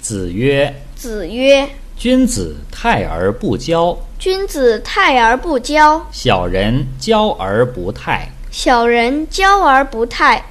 子曰子曰：“君子泰而不骄，：“君子泰而不骄，小人骄而不泰。”小人骄而不泰。